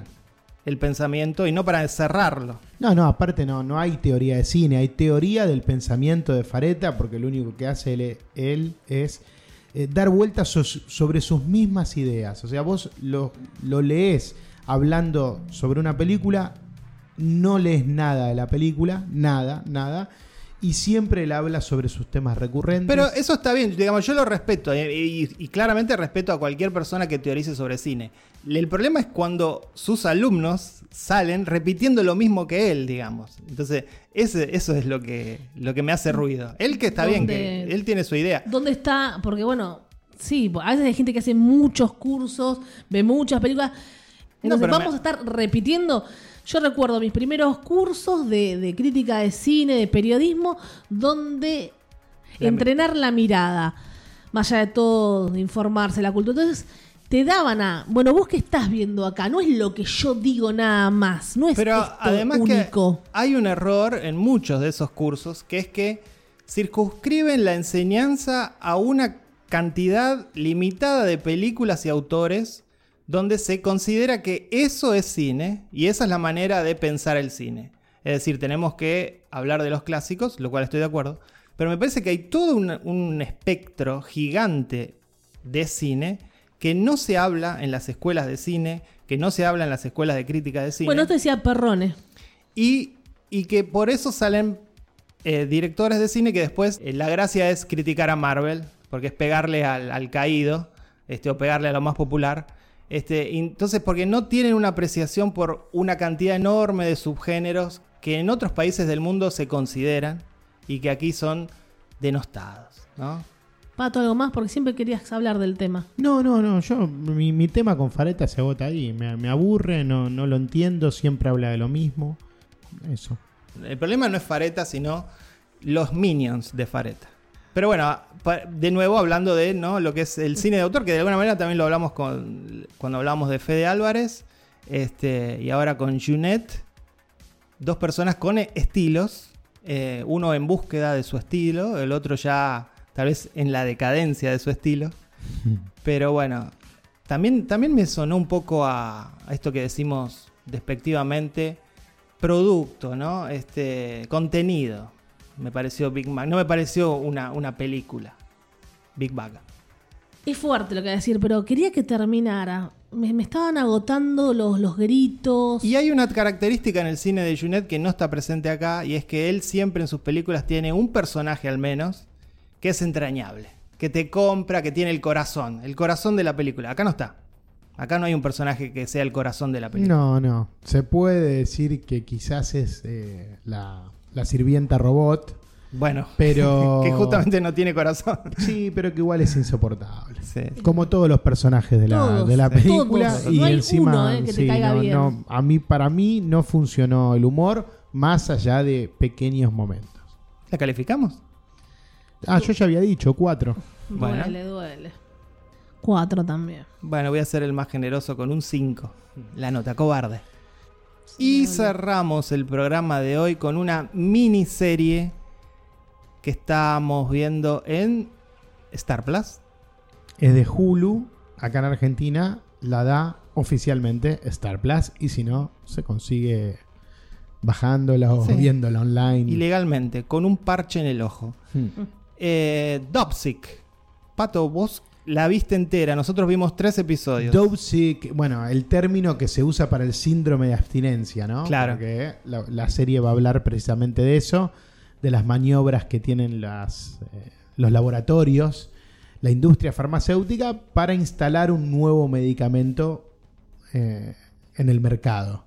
S2: el pensamiento y no para cerrarlo.
S4: No, no, aparte no, no hay teoría de cine, hay teoría del pensamiento de Fareta, porque lo único que hace él, él es eh, dar vueltas so- sobre sus mismas ideas. O sea, vos lo, lo lees hablando sobre una película, no lees nada de la película, nada, nada, y siempre él habla sobre sus temas recurrentes.
S2: Pero eso está bien, digamos, yo lo respeto eh, y, y claramente respeto a cualquier persona que teorice sobre cine. El problema es cuando sus alumnos salen repitiendo lo mismo que él, digamos. Entonces, ese, eso es lo que, lo que me hace ruido. Él que está bien, que
S3: ¿Dónde?
S2: él tiene su idea.
S3: ¿Dónde está? Porque bueno, sí, a veces hay gente que hace muchos cursos, ve muchas películas.
S2: No,
S3: Entonces
S2: pero
S3: vamos
S2: me-
S3: a estar repitiendo. Yo recuerdo mis primeros cursos de, de crítica de cine, de periodismo, donde
S2: La mi-
S3: entrenar la mirada, más allá de todo, de informarse, la cultura. Entonces te daban a, bueno, vos qué estás viendo acá, no es lo que yo digo nada más, no es
S2: Pero
S3: esto
S2: además
S3: único.
S2: que hay un error en muchos de esos cursos, que es que circunscriben la enseñanza a una cantidad limitada de películas y autores donde se considera que eso es cine y esa es la manera de pensar el cine. Es decir, tenemos que hablar de los clásicos, lo cual estoy de acuerdo, pero me parece que hay todo un, un espectro gigante de cine que no se habla en las escuelas de cine, que no se habla en las escuelas de crítica de cine
S3: Bueno, esto decía Perrone.
S2: y, y que por eso salen eh, directores de cine que después eh, la gracia es criticar a Marvel, porque es pegarle al, al caído, este, o pegarle a lo más popular. Este, y entonces, porque no tienen una apreciación por una cantidad enorme de subgéneros que en otros países del mundo se consideran y que aquí son denostados, ¿no?
S3: Pato, algo más, porque siempre querías hablar del tema.
S4: No, no, no, yo, mi, mi tema con Fareta se agota ahí, me, me aburre, no, no lo entiendo, siempre habla de lo mismo, eso.
S2: El problema no es Fareta, sino los minions de Fareta. Pero bueno, pa- de nuevo hablando de ¿no? lo que es el cine de autor, que de alguna manera también lo hablamos con, cuando hablamos de Fede Álvarez, este, y ahora con Junet, dos personas con e- estilos, eh, uno en búsqueda de su estilo, el otro ya tal vez en la decadencia de su estilo. Pero bueno, también, también me sonó un poco a, a esto que decimos despectivamente, producto, ¿no? Este, contenido. Me pareció Big Mac. No me pareció una, una película. Big Bang.
S3: Es fuerte lo que voy a decir, pero quería que terminara. Me, me estaban agotando los, los gritos.
S2: Y hay una característica en el cine de Junet que no está presente acá y es que él siempre en sus películas tiene un personaje al menos que es entrañable, que te compra, que tiene el corazón, el corazón de la película. Acá no está. Acá no hay un personaje que sea el corazón de la película.
S4: No, no. Se puede decir que quizás es eh, la, la sirvienta robot,
S2: Bueno,
S4: pero.
S2: que justamente no tiene corazón.
S4: Sí, pero que igual es insoportable.
S2: Sí.
S4: Como todos los personajes de la,
S3: Todos,
S4: de la
S3: todos.
S4: película. Y
S3: No hay
S4: encima.
S3: uno, eh, que te
S4: sí,
S3: caiga
S4: no,
S3: bien.
S4: no, a mí, para mí no funcionó el humor más allá de pequeños momentos.
S2: ¿La calificamos?
S4: Ah, yo ya había dicho, cuatro.
S2: bueno.
S3: Duele, duele. Cuatro también.
S2: Bueno, voy a ser el más generoso con un 5. La nota, cobarde. Y cerramos el programa de hoy con una miniserie que estamos viendo en Star Plus.
S4: Es de Hulu, acá en Argentina, la da oficialmente Star Plus. Y si no, se consigue bajándola o
S2: Sí.
S4: viéndola online.
S2: Ilegalmente, con un parche en el ojo.
S4: Hmm.
S2: Eh, Dopsic. Pato, ¿vos la viste entera. Nosotros vimos tres episodios.
S4: Dope sick, bueno, el término que se usa para el síndrome de abstinencia, ¿no?
S2: Claro.
S4: Porque la, la serie va a hablar precisamente de eso, de las maniobras que tienen las, eh, los laboratorios, la industria farmacéutica, para instalar un nuevo medicamento eh, en el mercado.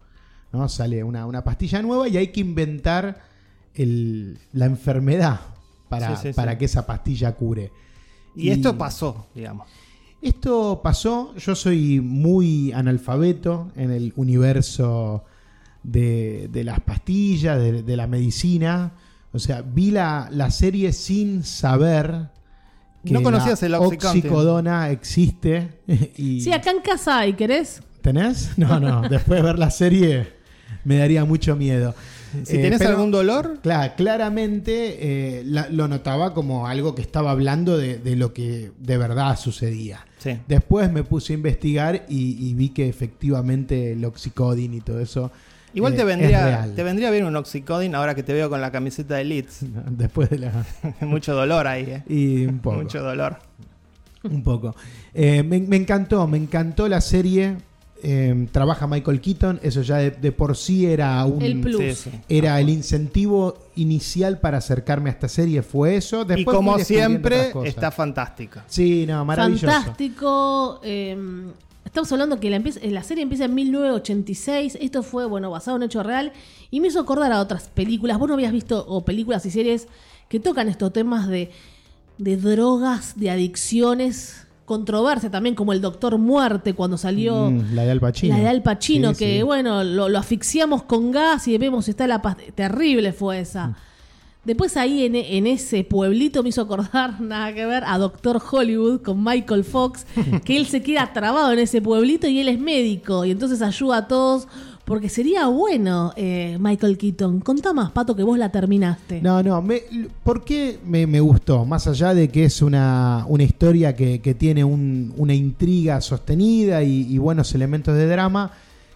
S4: ¿no? Sale una, una pastilla nueva y hay que inventar el- la enfermedad para,
S2: Sí, sí, sí.
S4: para que esa pastilla cure.
S2: y, esto pasó, digamos.
S4: Esto pasó, yo soy muy analfabeto en el universo de, de las pastillas, de, de la medicina. O sea, vi la, la serie sin saber que
S2: No conocías
S4: la
S2: el Oxycontin.
S4: oxicodona existe. Y
S3: Sí, acá en casa hay, ¿querés?
S4: ¿Tenés? No, no, después de ver la serie me daría mucho miedo.
S2: Si
S4: Eh,
S2: tenés
S4: pero-
S2: algún dolor,
S4: Claro, claramente eh, la- lo notaba como algo que estaba hablando de- de lo que de verdad sucedía.
S2: sí.
S4: Después me puse a investigar y, y vi que efectivamente el oxicodin y todo eso.
S2: Igual
S4: eh,
S2: te,
S4: es
S2: vendría,
S4: real.
S2: te vendría bien un Oxycodin ahora que te veo con la camiseta de Leeds.
S4: Después de la.
S2: Mucho dolor ahí, ¿eh?
S4: Y un poco.
S2: Mucho dolor.
S4: Un poco. Eh, me, me encantó, me encantó la serie. Eh, trabaja Michael Keaton. Eso ya de, de por sí era un.
S3: El plus.
S2: Sí, sí.
S4: Era el incentivo inicial para acercarme a esta serie, fue eso. Después
S2: y como
S4: fui descubriendo otras
S2: siempre,
S4: cosas.
S2: está fantástico.
S4: Sí, no, maravilloso.
S3: Fantástico. eh, estamos hablando que la, empieza- la serie empieza en 1986. Esto fue, bueno, basado en un hecho real. Y me hizo acordar a otras películas. Vos no habías visto o películas y series que tocan estos temas de, de drogas, de adicciones, controversia también, como el Doctor Muerte cuando salió.
S4: Mm, la de Al Pacino.
S3: La de Al Pacino,
S4: Sí,
S3: que
S4: sí.
S3: bueno, lo, lo asfixiamos con gas y vemos si está la past- Terrible fue esa.
S4: Mm.
S3: Después ahí en, en ese pueblito me hizo acordar, nada que ver, a Doctor Hollywood con Michael Fox, que él se queda trabado en ese pueblito y él es médico y entonces ayuda a todos. Porque sería bueno, eh, Michael Keaton. Contá más, Pato, que vos la terminaste.
S4: No, no, me, ¿por qué me, me gustó? Más allá de que es una, una historia que, que tiene un- una intriga sostenida y, y buenos elementos de drama,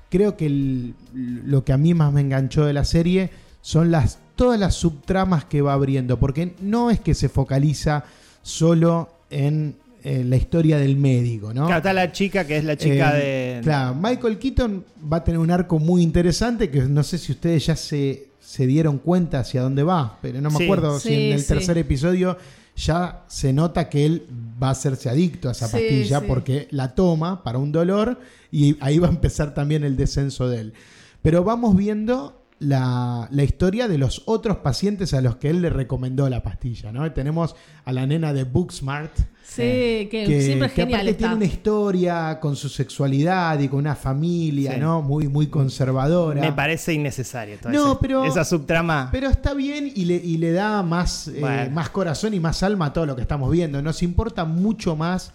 S4: creo que el- lo que a mí más me enganchó de la serie son las, todas las subtramas que va abriendo, porque no es que se focaliza solo en, eh, la historia del médico, ¿no?
S2: Claro, está la chica que es la chica
S4: Eh,
S2: de.
S4: Claro, Michael Keaton va a tener un arco muy interesante que no sé si ustedes ya se, se dieron cuenta hacia dónde va, pero no me
S2: Sí.
S4: acuerdo si
S3: Sí,
S4: en el
S3: sí.
S4: tercer episodio ya se nota que él va a hacerse adicto a esa
S3: Sí,
S4: pastilla
S3: sí.
S4: porque la toma para un dolor y ahí va a empezar también el descenso de él. Pero vamos viendo la, la historia de los otros pacientes a los que él le recomendó la pastilla, ¿no? Tenemos a la nena de Booksmart
S3: sí, que,
S4: que,
S3: siempre es
S4: que
S3: genial.
S4: aparte tiene
S3: Está.
S4: una historia con su sexualidad y con una familia,
S2: Sí.
S4: ¿no? Muy, muy conservadora.
S2: Me parece innecesario. toda
S4: No,
S2: esa,
S4: pero-
S2: Esa subtrama.
S4: Pero está bien y le, y le da más, eh,
S2: Bueno.
S4: más corazón y más alma a todo lo que estamos viendo. Nos importa mucho más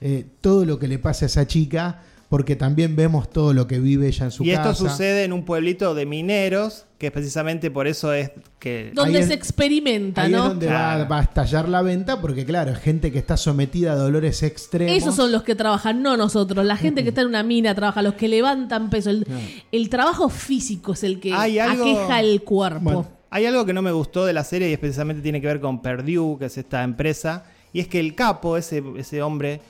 S4: eh, todo lo que le pasa a esa chica porque también vemos todo lo que vive ella en su
S2: y
S4: casa.
S2: esto sucede en un pueblito de mineros, que es precisamente por eso es que.
S3: Donde
S4: ahí es-
S3: se experimenta,
S4: Ahí
S3: ¿no?
S4: es donde va,
S2: Claro.
S4: va a estallar la venta porque, claro, es gente que está sometida a dolores extremos.
S3: Esos son los que trabajan, no nosotros. La gente que está en una mina trabaja, los que levantan peso. El, el trabajo físico es el que
S2: Hay algo-
S3: aqueja el cuerpo.
S4: Bueno,
S2: Hay algo que no me gustó de la serie y es precisamente tiene que ver con Perdue, que es esta empresa, y es que el capo, ese, ese hombre,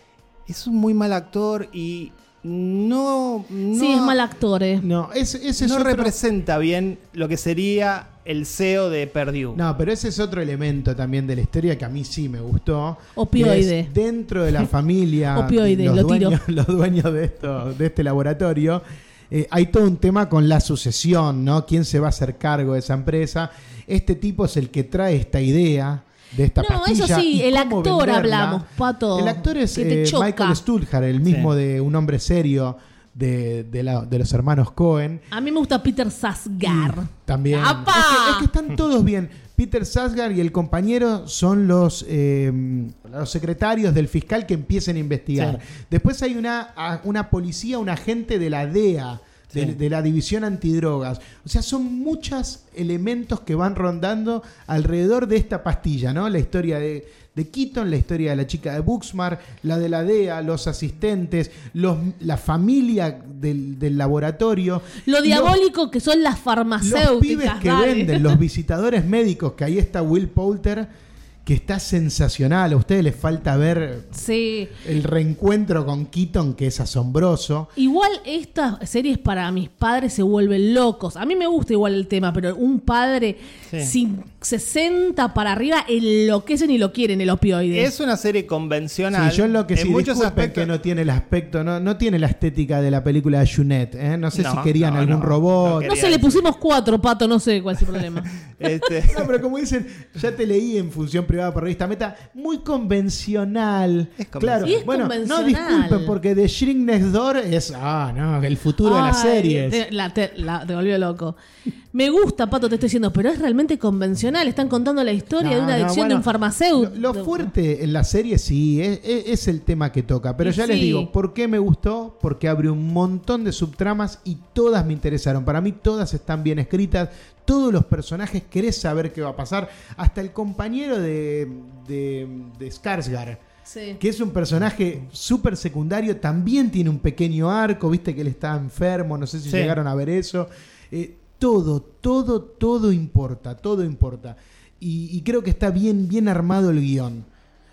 S2: es un muy mal actor y no. no
S3: sí, es mal actor, eh.
S4: No, ese, ese es
S2: no
S4: otro-
S2: representa bien lo que sería el CEO de Perdue.
S4: No, pero ese es otro elemento también de la historia que a mí sí me gustó.
S3: Opioide.
S4: Que es dentro de la familia,
S3: Opioide,
S4: los,
S3: lo tiro.
S4: dueños, los dueños de, esto, de este laboratorio, eh, hay todo un tema con la sucesión, ¿no? ¿Quién se va a hacer cargo de esa empresa? Este tipo es el que trae esta idea de esta
S3: No,
S4: pastilla
S3: eso sí,
S4: y
S3: el
S4: cómo
S3: actor
S4: venderla.
S3: hablamos, Pato,
S4: El actor es
S3: que te
S4: eh,
S3: choca.
S4: Michael Stuhlhar, el mismo
S2: Sí.
S4: de Un Hombre Serio, de, de la- de los hermanos Cohen.
S3: A mí me gusta Peter Sasgar.
S2: Mm.
S4: También. Es
S3: ¡Apa!
S4: que, es que están todos bien. Peter Sasgar y el compañero son los, eh, los secretarios del fiscal que empiezan a investigar. Después hay una, a- una policía, un agente de la DEA, de,
S2: Sí.
S4: de la División Antidrogas. O sea, son muchos elementos que van rondando alrededor de esta pastilla, ¿no? La historia de, de Keaton, la historia de la chica de Buxmar, la de la DEA, los asistentes, los, la familia del, del laboratorio.
S3: Lo
S4: Los-
S3: diabólico que son las farmacéuticas.
S4: los pibes que
S3: dale.
S4: venden, los visitadores médicos, que ahí está Will Poulter, que está sensacional. A ustedes les falta ver
S3: Sí.
S4: el reencuentro con Keaton, que es asombroso.
S3: Igual estas series para mis padres se vuelven locos. A mí me gusta igual el tema, pero un padre
S2: Sí.
S3: sin 60 para arriba enloquecen y lo quieren el opioide.
S2: Es una serie convencional.
S4: Sí, yo lo que sí,
S2: en muchos
S4: disculpen
S2: aspectos
S4: que no tiene el aspecto, no, no tiene la estética de la película de Junet. ¿eh? No sé
S2: No,
S4: si querían
S2: no,
S4: algún
S2: no,
S4: robot.
S2: no
S3: no se le pusimos cuatro, pato, no sé cuál es el problema.
S2: este,
S4: No, pero como dicen, ya te leí en función privada por revista Meta, muy convencional.
S2: Es convencional.
S4: Claro,
S3: Sí, es
S4: bueno,
S3: convencional.
S4: no disculpen porque The Shrink Next Door es, ah, no, el futuro de las
S3: Ay,
S4: series.
S3: Te, la, te- la- te volvió loco. Me gusta, Pato, te estoy diciendo, pero es realmente convencional. Están contando la historia
S4: No,
S3: de una
S4: no,
S3: adicción de
S4: bueno,
S3: un farmacéutico.
S4: Lo, lo fuerte en la serie sí, es, es- es el tema que toca. Pero
S3: Y
S4: ya les
S3: sí.
S4: digo, ¿por qué me gustó? Porque abre un montón de subtramas y todas me interesaron. Para mí todas están bien escritas. Todos los personajes querés saber qué va a pasar. Hasta el compañero de, de, de Skarsgård,
S3: Sí.
S4: que es un personaje súper secundario, también tiene un pequeño arco, viste que él está enfermo, no sé si
S2: Sí.
S4: llegaron a ver eso. Eh, todo, todo, todo importa, todo importa. Y, y creo que está bien, bien armado el guión.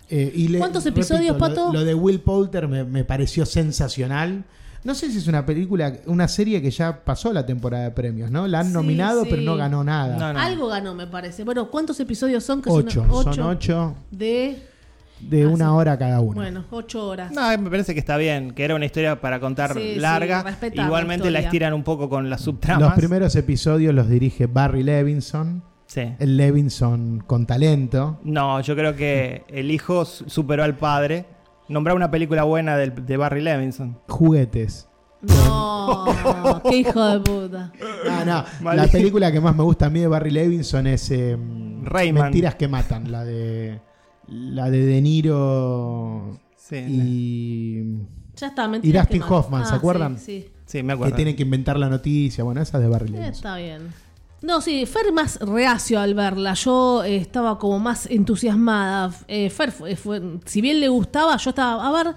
S4: Eh, y le-
S3: ¿Cuántos episodios,
S4: lo-
S3: Pato?
S4: Lo, de Will Poulter me, me pareció sensacional. No sé si es una película, una serie que ya pasó la temporada de premios, ¿no? La han
S3: Sí,
S4: nominado,
S3: sí.
S4: pero no ganó nada.
S2: No, no.
S3: Algo ganó, me parece. Bueno, ¿cuántos episodios son? Que
S4: Ocho,
S3: son ocho.
S4: son ocho
S3: De,
S4: de
S3: Ah,
S4: una
S3: sí.
S4: hora cada uno.
S3: bueno, ocho horas.
S2: No, me parece que está bien, que era una historia para contar
S3: Sí, sí,
S2: larga.
S3: respetar la
S2: Igualmente la,
S3: historia.
S2: estiran un poco con las subtramas.
S4: Los primeros episodios los dirige Barry Levinson.
S2: Sí.
S4: El Levinson con talento.
S2: No, yo creo que el hijo su- superó al padre. Nombrar una película buena del- de Barry Levinson.
S4: Juguetes.
S3: No, qué hijo de puta.
S4: Ah, no.
S2: Vale.
S4: La película que más me gusta a mí de Barry Levinson es eh,
S2: Rayman.
S4: Mentiras que matan. La de. La de De Niro
S2: Sí,
S4: y.
S3: Ya está, mentira.
S4: Y Dustin
S3: que más.
S4: Hoffman, ¿se
S3: Ah,
S4: acuerdan?
S3: Sí, sí.
S2: sí, me
S4: Que
S2: acuerdo.
S4: tienen que inventar la noticia. Bueno, esa es de Barry
S3: Eh,
S4: Levinson.
S3: Está bien. No, sí, Fer más reacio al verla. Yo eh, estaba como más entusiasmada. Eh, Fer, fue, fue- si bien le gustaba, yo estaba a ver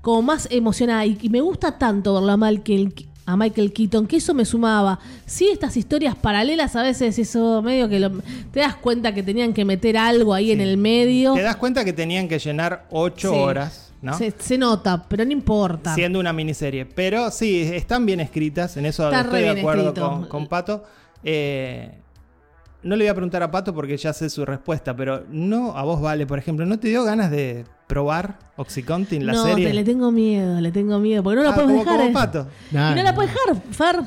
S3: como más emocionada. Y, y me gusta tanto verla a Michael, a Michael Keaton, que eso me sumaba. Sí, estas historias paralelas a veces, eso medio que lo- te das cuenta que tenían que meter algo ahí en el medio.
S2: Te das cuenta que tenían que llenar ocho
S3: Sí.
S2: horas, ¿no?
S3: se, se nota, pero no importa.
S2: Siendo una miniserie. Pero sí, están bien escritas. En eso
S3: Está re
S2: estoy de
S3: bien
S2: acuerdo
S3: escrito.
S2: con, con Pato. Eh, no le voy a preguntar a Pato porque ya sé su respuesta, pero no a vos vale, por ejemplo. ¿No te dio ganas de probar Oxycontin, la
S3: no,
S2: serie?
S3: te- le tengo miedo, le tengo miedo, porque no la
S2: Ah, como-
S3: podemos
S2: como Ah,
S3: dejar. eh.
S2: Pato.
S3: Y no la puedes dejar, Fer.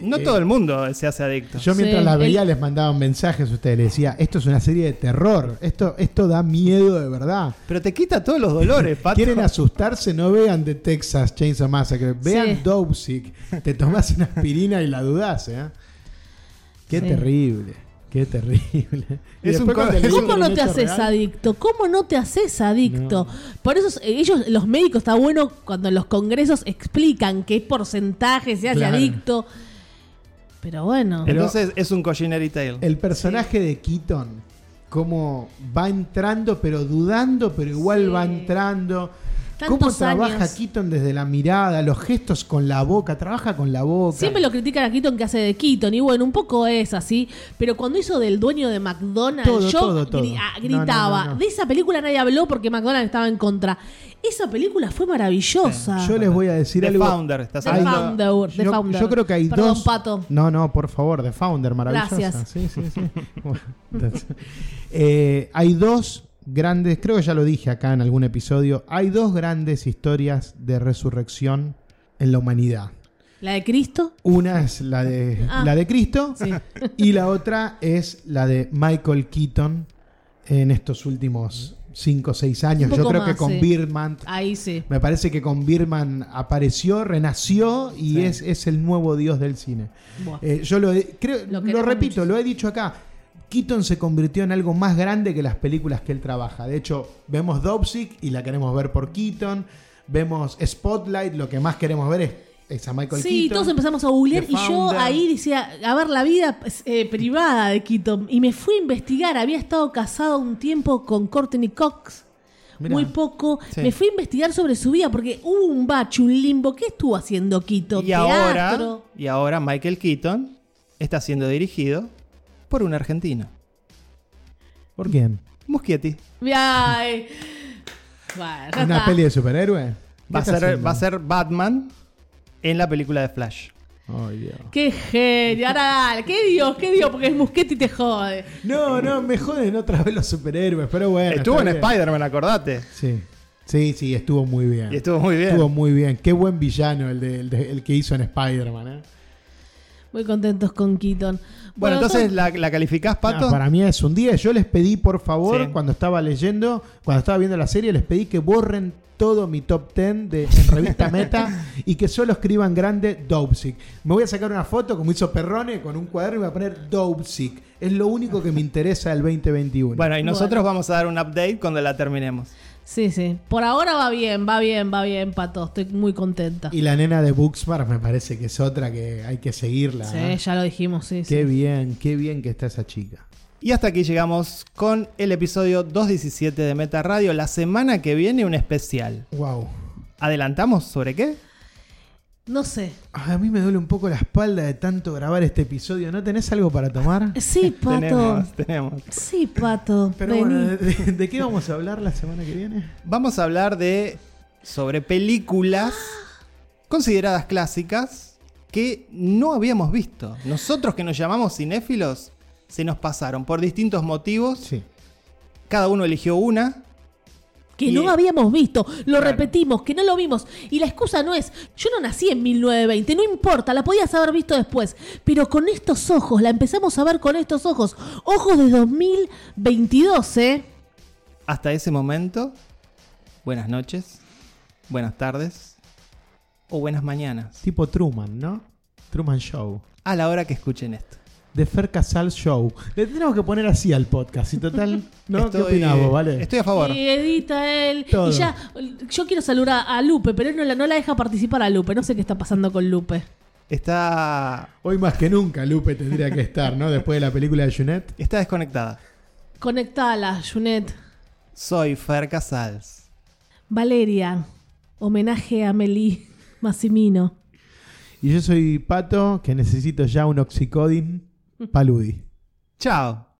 S2: No todo el mundo se hace adicto.
S4: Eh, Yo mientras
S3: Sí,
S4: la veía
S3: el-
S4: les mandaba mensajes a ustedes, les decía, esto es una serie de terror, esto, esto da miedo de verdad.
S2: Pero te quita todos los dolores, Pato.
S4: Quieren asustarse, no vean The Texas Chainsaw Massacre, vean
S3: Sí.
S4: Dopesick. Te tomás una aspirina y la dudás, ¿eh? Qué
S3: Sí.
S4: terrible, qué terrible. Y
S2: Es un
S4: después
S2: co-
S4: cuando le dicen
S3: ¿Cómo
S4: que
S3: no
S4: un
S3: te
S4: hecho
S3: haces
S4: real,
S3: adicto? ¿Cómo no te haces adicto? Por eso eh, ellos, los médicos, está bueno cuando en los congresos explican qué porcentaje se hace
S4: Claro.
S3: adicto. Pero bueno,
S4: El-
S2: Entonces es un cautionary tale.
S4: El personaje de Keaton, cómo va entrando, pero dudando, pero igual
S3: Sí.
S4: va entrando. ¿Cómo
S3: Tantos
S4: trabaja
S3: años.
S4: Keaton desde la mirada, los gestos con la boca? Trabaja con la boca.
S3: siempre lo critican a Keaton que hace de Keaton, y bueno, un poco es así. Pero cuando hizo del dueño de McDonald's,
S4: Todo,
S3: yo
S4: todo, todo.
S3: gri- ah,
S4: No,
S3: gritaba.
S4: no, no, no.
S3: De esa película nadie habló porque McDonald's estaba en contra. Esa película fue maravillosa.
S4: Yo les voy a decir
S2: The
S4: algo.
S2: Founder, estás
S3: The
S4: Hay-
S2: hablando.
S3: Founder, The
S4: yo,
S3: Founder.
S4: yo creo que hay
S3: Perdón,
S4: dos.
S3: Pato.
S4: No, no, por favor, The Founder, maravillosa.
S3: Gracias.
S4: Sí, sí, sí. Bueno, entonces, eh, hay dos grandes, creo que ya lo dije acá en algún episodio, hay dos grandes historias de resurrección en la humanidad.
S3: La de Cristo.
S4: Una es la de,
S3: Ah.
S4: la de Cristo
S3: Sí.
S4: y la otra es la de Michael Keaton en estos últimos 5 o 6 años.
S3: Un
S4: Yo
S3: poco
S4: creo que
S3: más,
S4: con
S3: sí.
S4: Birdman
S3: Ahí sí.
S4: me parece que con Birman apareció, renació y
S2: Sí.
S4: es, es el nuevo dios del cine.
S3: Buah.
S4: Eh, yo lo, he- creo,
S3: Lo
S4: lo,
S3: queremos
S4: repito,
S3: muchísimo.
S4: lo he dicho acá. Keaton se convirtió en algo más grande que las películas que él trabaja. De hecho, vemos Dopsic y la queremos ver por Keaton. Vemos Spotlight, lo que más queremos ver es, es a Michael
S3: Sí,
S4: Keaton.
S3: todos empezamos a googlear
S4: The
S3: y yo
S4: Founder.
S3: ahí decía, a ver, la vida eh, privada de Keaton. Y me fui a investigar, había estado casado un tiempo con Courtney Cox.
S4: Mirá.
S3: Muy poco.
S2: Sí.
S3: Me fui a investigar sobre su vida porque hubo un bache, un limbo. ¿Qué estuvo haciendo Quito?
S2: Y ahora, y ahora Michael Keaton está siendo dirigido por un argentino.
S4: ¿Por quién?
S2: Muschietti.
S3: Ay. Bueno, ya
S4: ¿Una
S3: está.
S4: peli de superhéroe? ¿Qué
S2: Va a,
S4: está haciendo?
S2: ser, va a ser Batman en la película de Flash.
S4: Ay, Dios.
S3: Qué genio. Ahora dale. Qué Dios, qué Dios, porque es Musquete y te jode.
S4: No, no, me joden otra vez los superhéroes, pero bueno.
S2: estuvo en
S4: está bien.
S2: Spider-Man, acordate.
S4: Sí. Sí, sí, estuvo muy bien.
S2: Y estuvo muy bien.
S4: Estuvo muy bien. Qué buen villano el, de- el de- el que hizo en Spider-Man. ¿eh?
S3: Muy contentos con Keaton.
S2: Bueno, entonces,
S3: todo-
S2: ¿la, la calificás, Pato?
S4: No, para mí es un 10. Yo les pedí, por favor,
S2: Sí.
S4: cuando estaba leyendo, cuando estaba viendo la serie, les pedí que borren todo mi top 10 de, en revista Meta y que solo escriban grande Dopesick. Me voy a sacar una foto, como hizo Perrone, con un cuaderno y voy a poner Dopesick. Es lo único que me interesa del 2021.
S2: Bueno, y nosotros
S3: Bueno.
S2: vamos a dar un update cuando la terminemos.
S3: Sí, sí. Por ahora va bien, va bien, va bien, Pato. Estoy muy contenta.
S4: Y la nena de Booksmart me parece que es otra que hay que seguirla.
S3: Sí,
S4: ¿eh?
S3: ya lo dijimos, sí.
S4: Qué
S3: sí.
S4: bien, qué bien que está esa chica.
S2: Y hasta aquí llegamos con el episodio 217 de Meta Radio. La semana que viene un especial.
S4: Wow.
S2: ¿Adelantamos sobre qué?
S3: No sé.
S4: A mí me duele un poco la espalda de tanto grabar este episodio. ¿No tenés algo para tomar?
S3: Sí, Pato.
S2: Tenemos, tenemos.
S3: Sí, Pato.
S4: Pero
S3: vení.
S4: bueno, ¿de, de qué vamos a hablar la semana que viene?
S2: Vamos a hablar de sobre películas consideradas clásicas que no habíamos visto. Nosotros que nos llamamos cinéfilos se nos pasaron por distintos motivos.
S4: Sí.
S2: Cada uno eligió una.
S3: Que
S2: Y-
S3: no habíamos visto, lo
S2: Claro.
S3: repetimos, que no lo vimos. Y la excusa no es, yo no nací en 1920, no importa, la podías haber visto después. Pero con estos ojos, la empezamos a ver con estos ojos. Ojos de 2022, ¿eh?
S2: Hasta ese momento, buenas noches, buenas tardes o buenas mañanas.
S4: Tipo Truman, ¿no? Truman Show.
S2: A la hora que escuchen esto.
S4: The Fer Casal Show. Le tenemos que poner así al podcast. Y total, ¿no?
S2: Estoy-
S4: ¿Qué opinás vos, vale?
S2: Estoy a favor.
S3: Y edita él.
S4: Todo.
S3: Y ya, yo quiero saludar a Lupe, pero él no la, no la deja participar a Lupe. No sé qué está pasando con Lupe.
S2: Está,
S4: Hoy más que nunca Lupe tendría que estar, ¿no? Después de la película de Junet.
S2: está desconectada.
S3: Conectala, Junet.
S2: Soy Fer Casals.
S3: Valeria, homenaje a Meli Massimino.
S4: Y yo soy Pato, que necesito ya un Oxycodin Paludi.
S2: Chao.